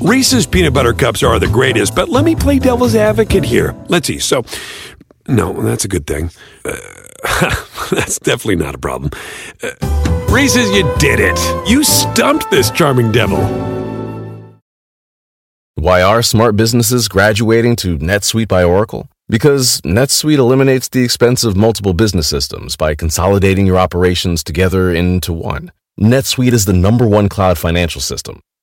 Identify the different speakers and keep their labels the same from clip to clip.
Speaker 1: Reese's peanut butter cups are the greatest, but let me play devil's advocate here. Let's see. So, no, that's a good thing. Uh, that's definitely not a problem. Uh, Reese's, you did it. You stumped this charming devil.
Speaker 2: Why are smart businesses graduating to NetSuite by Oracle? Because NetSuite eliminates the expense of multiple business systems by consolidating your operations together into one. NetSuite is the number one cloud financial system,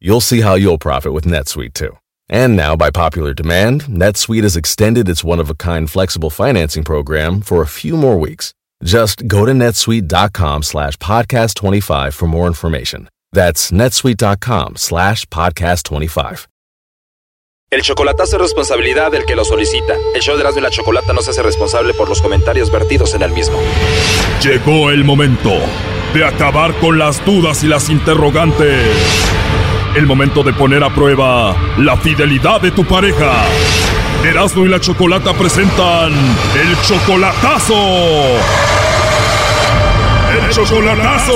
Speaker 2: You'll see how you'll profit with NetSuite too. And now, by popular demand, NetSuite has extended its one of a kind flexible financing program for a few more weeks. Just go to netsuite.com slash podcast 25 for more information. That's netsuite.com slash podcast 25.
Speaker 3: El chocolatazo es responsabilidad del que lo solicita. El show de Erasmo y la Chocolata no se hace responsable por los comentarios vertidos en el mismo.
Speaker 4: Llegó el momento de acabar con las dudas y las interrogantes. El momento de poner a prueba la fidelidad de tu pareja. Erasmo y la Chocolata presentan el chocolatazo. El chocolatazo.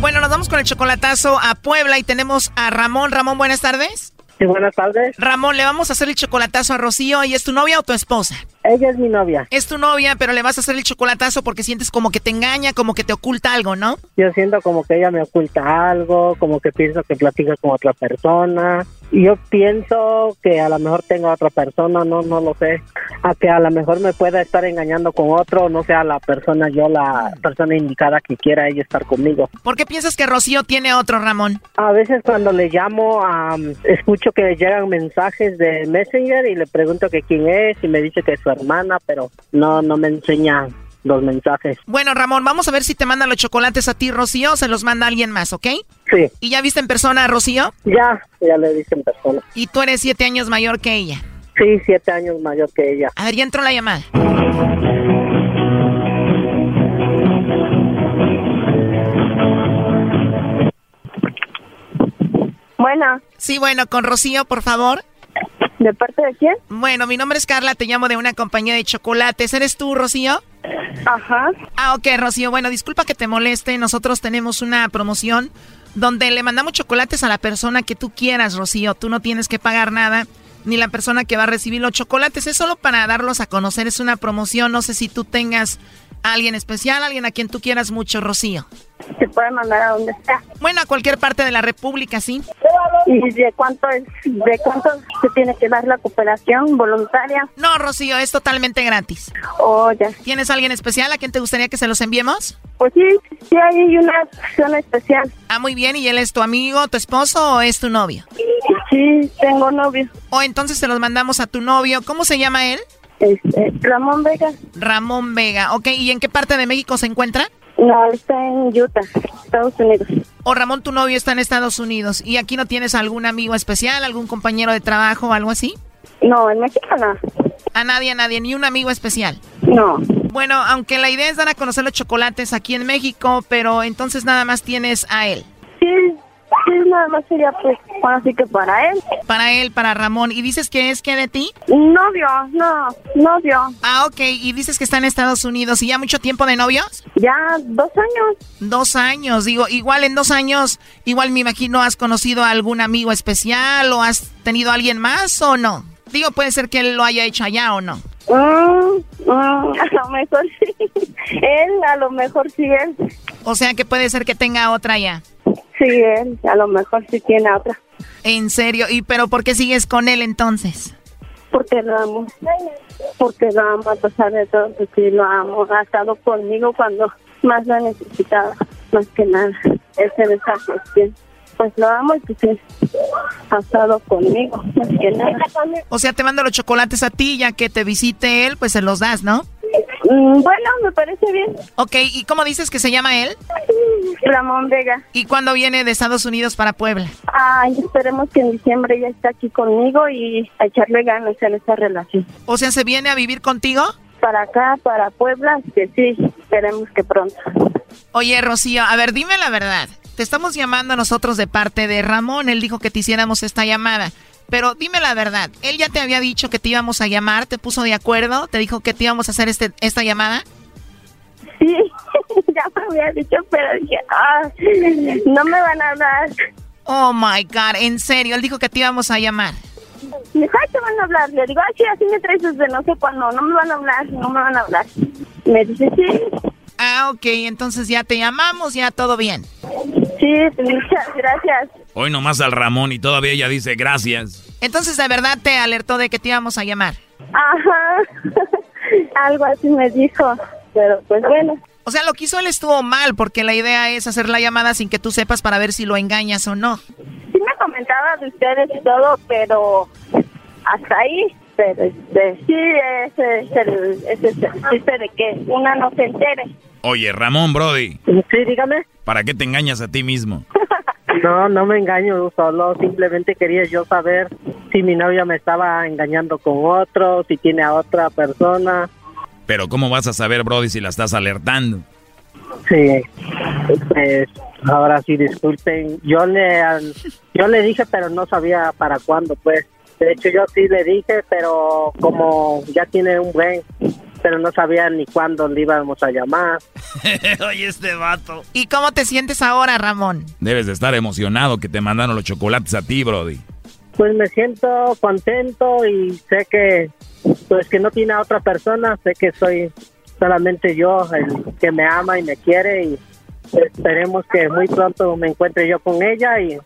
Speaker 5: Bueno, nos vamos con el chocolatazo a Puebla y tenemos a Ramón. Ramón, buenas tardes.
Speaker 6: Sí, buenas tardes.
Speaker 5: Ramón, le vamos a hacer el chocolatazo a Rocío. ¿Y es tu novia o tu esposa?
Speaker 6: Ella es mi novia.
Speaker 5: Es tu novia, pero le vas a hacer el chocolatazo porque sientes como que te engaña, como que te oculta algo, ¿no?
Speaker 6: Yo siento como que ella me oculta algo, como que pienso que platica con otra persona. Y yo pienso que a lo mejor tengo a otra persona, no, no lo sé. A que a lo mejor me pueda estar engañando con otro, no sea la persona, yo la persona indicada que quiera ella estar conmigo.
Speaker 5: ¿Por qué piensas que Rocío tiene otro, Ramón?
Speaker 6: A veces cuando le llamo, um, escucho que llegan mensajes de Messenger y le pregunto que quién es y me dice que es su hermana, pero no, no me enseña los mensajes.
Speaker 5: Bueno, Ramón, vamos a ver si te mandan los chocolates a ti, Rocío, o se los manda alguien más, ¿ok?
Speaker 6: Sí.
Speaker 5: ¿Y ya viste en persona a Rocío?
Speaker 6: Ya, ya le dije en persona.
Speaker 5: Y tú eres siete años mayor que ella.
Speaker 6: Sí, siete años mayor que ella.
Speaker 5: A ver, ya entró la llamada.
Speaker 7: Bueno.
Speaker 5: Sí, bueno, con Rocío, por favor.
Speaker 7: ¿De parte de quién?
Speaker 5: Bueno, mi nombre es Carla, te llamo de una compañía de chocolates. ¿Eres tú, Rocío?
Speaker 7: Ajá.
Speaker 5: Ah, ok, Rocío. Bueno, disculpa que te moleste. Nosotros tenemos una promoción donde le mandamos chocolates a la persona que tú quieras, Rocío. Tú no tienes que pagar nada, ni la persona que va a recibir los chocolates. Es solo para darlos a conocer. Es una promoción. No sé si tú tengas a alguien especial, a alguien a quien tú quieras mucho, Rocío.
Speaker 7: Se puede mandar a donde sea.
Speaker 5: Bueno, a cualquier parte de la República, sí.
Speaker 7: ¿Y de cuánto es, de cuánto se tiene que dar la cooperación voluntaria?
Speaker 5: No, Rocío, es totalmente gratis.
Speaker 7: Oh, ya.
Speaker 5: ¿Tienes a alguien especial a quien te gustaría que se los enviemos?
Speaker 7: Pues sí, sí hay una persona especial.
Speaker 5: Ah, muy bien. ¿Y él es tu amigo, tu esposo o es tu novio?
Speaker 7: Sí, tengo novio.
Speaker 5: O oh, entonces se los mandamos a tu novio. ¿Cómo se llama él?
Speaker 7: Este, Ramón Vega.
Speaker 5: Ramón Vega, ok. ¿Y en qué parte de México se encuentra?
Speaker 7: No, está en Utah, Estados Unidos.
Speaker 5: O oh, Ramón, tu novio está en Estados Unidos. ¿Y aquí no tienes algún amigo especial, algún compañero de trabajo o algo así?
Speaker 7: No, en México no.
Speaker 5: A nadie, a nadie, ni un amigo especial.
Speaker 7: No.
Speaker 5: Bueno, aunque la idea es dar a conocer los chocolates aquí en México, pero entonces nada más tienes a él.
Speaker 7: Sí, Sí, nada más sería pues así que para él.
Speaker 5: Para él, para Ramón. ¿Y dices que es que de ti?
Speaker 7: Novio, no, novio.
Speaker 5: Ah, ok. ¿Y dices que está en Estados Unidos? ¿Y ya mucho tiempo de novios?
Speaker 7: Ya, dos años.
Speaker 5: Dos años, digo, igual en dos años, igual me imagino has conocido a algún amigo especial o has tenido a alguien más o no. Digo, puede ser que él lo haya hecho allá o no.
Speaker 7: Mm, mm, a lo mejor sí. él, a lo mejor sí él.
Speaker 5: O sea que puede ser que tenga otra allá.
Speaker 7: Sí, él, a lo mejor sí tiene otra.
Speaker 5: ¿En serio? ¿Y pero por qué sigues con él entonces?
Speaker 7: Porque lo amo, porque lo amo a pesar de todo, porque lo amo, ha estado conmigo cuando más lo necesitaba, más que nada, ese es esa cuestión. Pues lo amo y pues ha estado conmigo, más que nada.
Speaker 5: O sea, te mando los chocolates a ti, ya que te visite él, pues se los das, ¿no?
Speaker 7: Mm, Bueno, me parece bien.
Speaker 5: Ok, ¿y cómo dices que se llama él?
Speaker 7: Ramón Vega.
Speaker 5: ¿Y cuándo viene de Estados Unidos para Puebla?
Speaker 7: Ay, esperemos que en diciembre ya esté aquí conmigo y a echarle ganas en esta relación.
Speaker 5: O sea, ¿se viene a vivir contigo?
Speaker 7: Para acá, para Puebla, que sí, esperemos que pronto.
Speaker 5: Oye, Rocío, a ver, dime la verdad. Te estamos llamando a nosotros de parte de Ramón. Él dijo que te hiciéramos esta llamada. Pero dime la verdad. Él ya te había dicho que te íbamos a llamar, te puso de acuerdo, te dijo que te íbamos a hacer este, esta llamada.
Speaker 7: Sí, ya me había dicho, pero dije, ah, no me van a hablar.
Speaker 5: Oh my God, en serio, él dijo que te íbamos a llamar.
Speaker 7: Me dijo, ay, te van a hablar. Le digo, ay, sí, así me traes desde no sé cuándo. No me van a hablar, no me van a hablar. Me dice, sí,
Speaker 5: Ah, ok, entonces ya te llamamos, ya todo bien.
Speaker 7: sí, muchas gracias.
Speaker 8: Hoy nomás al Ramón y todavía ella dice gracias.
Speaker 5: Entonces de verdad te alertó de que te íbamos a llamar.
Speaker 7: Ajá, algo así me dijo. Pero pues bueno,
Speaker 5: O sea, lo que hizo él estuvo mal, porque la idea es hacer la llamada sin que tú sepas para ver si lo engañas o no.
Speaker 7: sí me comentaba de ustedes y todo, pero hasta ahí. Pero este, sí, ese es el, ese es el chiste de que una no se entere.
Speaker 8: Oye, Ramón Brody,
Speaker 6: Sí, dígame.
Speaker 8: ¿para qué te engañas a ti mismo?
Speaker 6: No, no me engaño, solo simplemente quería yo saber si mi novia me estaba engañando con otro, si tiene a otra persona.
Speaker 8: Pero ¿cómo vas a saber, Brody, si la estás alertando?
Speaker 6: Sí, pues ahora sí, disculpen. Yo le, al- yo le dije, pero no sabía para cuándo, pues. De hecho, yo sí le dije, pero como ya tiene un buen, pero no sabía ni cuándo le íbamos a llamar.
Speaker 8: Oye, este vato.
Speaker 5: ¿Y cómo te sientes ahora, Ramón?
Speaker 8: Debes de estar emocionado que te mandaron los chocolates a ti, Brody.
Speaker 6: Pues me siento contento y sé que, pues que no tiene a otra persona, sé que soy solamente yo el que me ama y me quiere y esperemos que muy pronto me encuentre yo con ella y,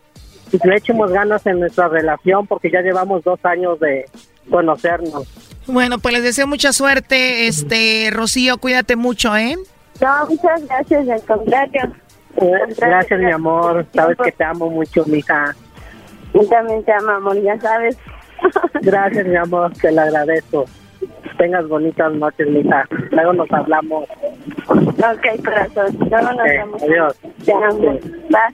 Speaker 6: y le echemos ganas en nuestra relación porque ya llevamos dos años de conocernos.
Speaker 5: Bueno, pues les deseo mucha suerte, este Rocío, cuídate mucho, ¿eh?
Speaker 7: No, muchas gracias, al contrario.
Speaker 6: Eh, Gracias, mi amor, sabes que te amo mucho, mija.
Speaker 7: Yo también te amo, amor, ya sabes.
Speaker 6: Gracias, mi amor, te lo agradezco. Tengas bonitas noches, mija. Luego nos hablamos.
Speaker 7: ok, corazón. Luego nos
Speaker 6: Eh,
Speaker 7: vemos.
Speaker 6: adiós.
Speaker 7: Te amo. Bye.